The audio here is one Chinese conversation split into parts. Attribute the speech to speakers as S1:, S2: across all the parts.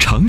S1: 长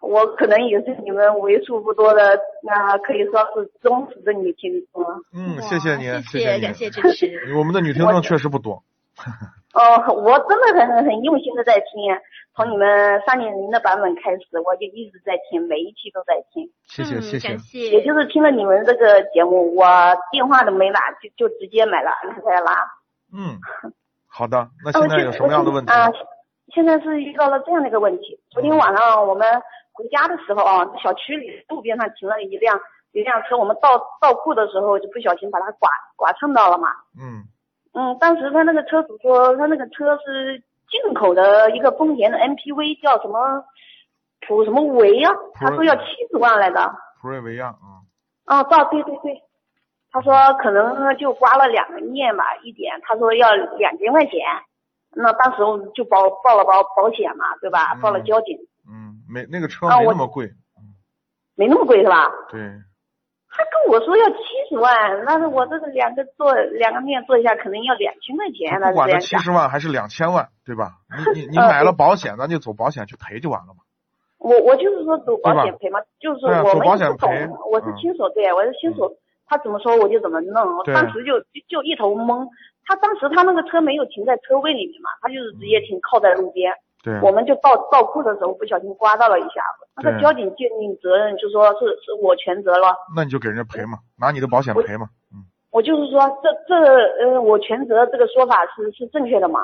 S2: 我可能也是你们为数不多的，那、可以说是忠实的女听众了。
S3: 嗯，
S4: 哇
S3: 谢谢您，
S4: 谢
S3: 谢
S4: 感
S3: 您。
S4: 谢支持。
S3: 我们的女听众确实不多，
S2: 哦，我真的很很用心的在听，从你们三点零的版本开始，我就一直在听，每一期都在听。
S3: 谢谢
S4: 嗯
S3: 谢谢
S4: 感，谢。
S2: 也就是听了你们这个节目，我电话都没拿，就就直接买了安泰拉。
S3: 嗯，好的。那
S2: 那我
S3: 现在有什么样的问题？
S2: 哦啊，现在是遇到了这样的一个问题。昨天晚上我们回家的时候啊，小区里路边上停了一辆一辆车，我们倒倒库的时候就不小心把它剐剐蹭到了嘛。
S3: 嗯
S2: 嗯，当时他那个车主说他那个车是进口的一个丰田的 MPV，叫什么普什么维啊，他说要七十万来的。
S3: 普瑞维亚啊，
S2: 哦，到对对对，他说可能就刮了两个面吧，一点，他说要两千块钱，那当时我们就报报了保保险嘛，对吧？报了
S3: 嗯
S2: 交警，
S3: 嗯，没那个车
S2: 啊
S3: 没
S2: 我
S3: 那么贵，
S2: 没那么贵是吧？
S3: 对，
S2: 他跟我说要七十万，但是我这个两个做两个面做一下，可能要两千块钱，啊他是
S3: 不
S2: 这
S3: 管
S2: 样
S3: 是七
S2: 讲。
S3: 十万还是两千万，对吧？你你你
S2: 呃
S3: 买了保险，咱就走保险去赔就完了嘛。
S2: 我我就是说走保
S3: 对吧
S2: 险赔嘛，就是
S3: 对啊
S2: 我
S3: 走
S2: 们
S3: 保
S2: 也
S3: 险
S2: 不懂
S3: 赔，
S2: 我是
S3: 嗯
S2: 新手，对我是新手，他怎么说我就怎么弄，我
S3: 对
S2: 当时就就就一头懵。他当时他那个车没有停在车位里面嘛，他就是直接
S3: 嗯
S2: 停靠在路边，
S3: 对，
S2: 我们就倒倒库的时候不小心刮到了一下，那个
S3: 嗯对
S2: 交警鉴定责任就说是是我全责了，
S3: 那你就给人家赔嘛，拿你的保险赔嘛。嗯，
S2: 我就是说这这呃我全责这个说法是是正确的吗？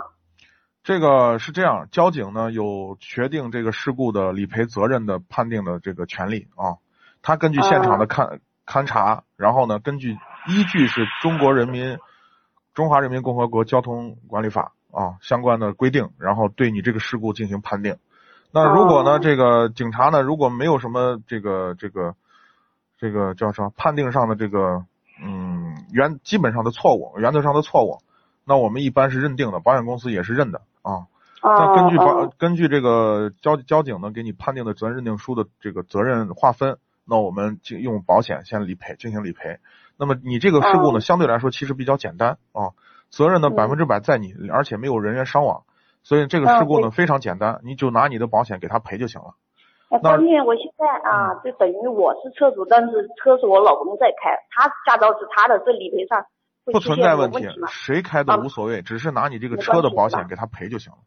S3: 这个是这样，交警呢有决定这个事故的理赔责任的判定的这个权利啊。他根据现场的勘勘查，然后呢，根据依据是中国人民中华人民共和国交通管理法啊相关的规定，然后对你这个事故进行判定。那如果呢，
S2: 哦
S3: 这个警察呢，如果没有什么这个这个这个叫什么判定上的这个嗯原基本上的错误，原则上的错误，那我们一般是认定的，保险公司也是认的啊。那
S2: 啊，
S3: 根据保、
S2: 嗯
S3: 根据这个交交警呢给你判定的责任认定书的这个责任划分，那我们进用保险先理赔进行理赔。那么你这个事故呢，
S2: 嗯
S3: 相对来说其实比较简单啊，责任呢
S2: 嗯
S3: 百分之百在你，而且没有人员伤亡，所以这个事故呢
S2: 嗯
S3: 非常简单，你就拿你的保险给他赔就行了。
S2: 哎
S3: 那嗯
S2: 关键我现在啊，就等于我是车主，但是车是我老公在开，他驾照是他的，这理赔上会
S3: 不
S2: 出
S3: 存
S2: 现
S3: 在
S2: 什么
S3: 问
S2: 问
S3: 题
S2: 题吗，？
S3: 谁开
S2: 啊
S3: 都无所谓，只是拿你这个
S2: 没
S3: 车的
S2: 关系是吧
S3: 保险给他赔就行了。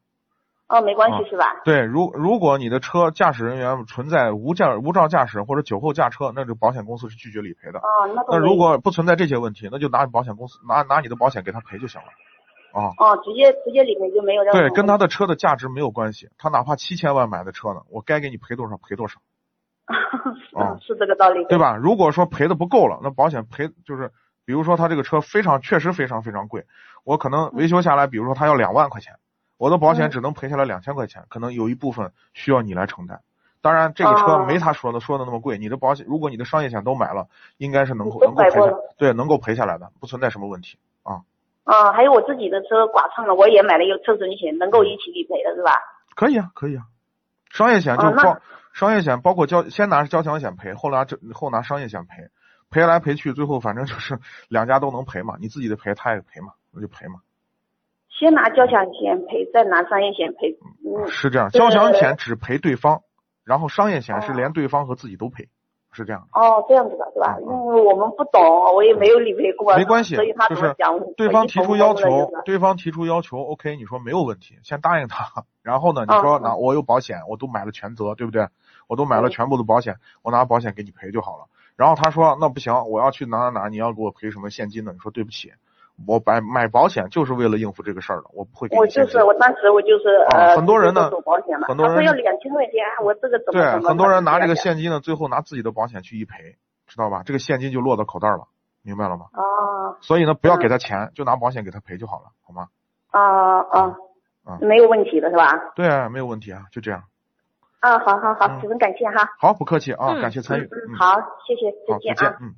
S2: 哦，没关系
S3: 啊
S2: 是吧？
S3: 对，如如果你的车驾驶人员存在无驾无照驾驶或者酒后驾车，那这保险公司是拒绝理赔的。
S2: 哦，那都
S3: 那
S2: 没
S3: 如果不存在这些问题，那就拿保险公司拿拿你的保险给他赔就行了。啊，
S2: 哦，直接直接理赔就没有任何
S3: 对，跟他
S2: 问题
S3: 的车的价值没有关系，他哪怕七千万买的车呢，我该给你赔多少赔多少，啊
S2: 嗯是这个道理
S3: 对？吧？如果说赔的不够了，那保险赔就是，比如说他这个车非常确实非常非常贵，我可能维修下来，比如说他要两万块钱，我的保险
S2: 嗯
S3: 只能赔下来两千块钱，可能有一部分需要你来承担。当然，这个车
S2: 哦
S3: 没他说的说的那么贵，你的保险如果你的商业险都买了，应该是能够
S2: 都
S3: 能够
S2: 买
S3: 赔
S2: 过
S3: 下
S2: 了，
S3: 对，能够赔下来的，不存在什么问题。
S2: 啊，还有我自己的车剐蹭了，我也买了一个车损险，能够
S3: 嗯
S2: 一起理赔的是吧？
S3: 可以啊，可以啊。商业险就
S2: 哦那
S3: 包、商业险包括交先拿交强险赔，后拿这后拿商业险赔，赔来赔去，最后反正就是两家都能赔嘛，你自己的赔，他也赔嘛，那就赔嘛，
S2: 先拿交强险赔，再拿商业险赔。嗯，
S3: 是这样。
S2: 对
S3: 交强险只赔对方，然后商业险是
S2: 哦
S3: 连对方和自己都赔，是这样。
S2: 哦，这样子的是吧？
S3: 嗯
S2: 因为我们不懂，我也没有理赔过，
S3: 没关系
S2: 所以他
S3: 就
S2: 怎么
S3: 是
S2: 讲，我
S3: 对
S2: 我
S3: 方
S2: 一
S3: 提
S2: 头
S3: 出
S2: 懵
S3: 要
S2: 的就是
S3: 求，对方提出要求，OK，你说没有问题，先答应他。 然后呢，你
S2: 哦
S3: 说
S2: 嗯
S3: 那我有保险，我都买了全责，对不对？我都买了
S2: 嗯
S3: 全部的保险，我拿保险给你赔就好了。然后他说那不行，我要去哪哪哪，你要给我赔什么现金的？你说对不起，我买买保险就是为了应付这个事儿的，我不会给
S2: 我
S3: 你
S2: 就
S3: 现金
S2: 是。我当时我就是、
S3: 啊
S2: 呃，
S3: 很多人呢
S2: 就是走保险嘛，
S3: 很多人
S2: 他说要两千块钱，我这个怎么
S3: 对
S2: 怎，么
S3: 很多人拿这
S2: 怎么
S3: 个现金呢，最后拿自己的保险去一赔，知道吧？这个现金就落到口袋了，明白了吗？
S2: 啊
S3: 所以呢，不要给他钱，就拿保险给他赔就好了，好吗？
S2: 啊啊
S3: 啊，
S2: 没有问题的是吧？
S3: 对啊，没有问题啊，就这样。
S2: 啊，好好好，
S3: 嗯
S2: 十分感谢哈。
S3: 好，不客气啊，
S4: 嗯
S3: 感谢参与。
S2: 嗯，好，谢谢，再
S3: 好，再
S2: 见
S3: 见
S2: 啊。，
S3: 嗯。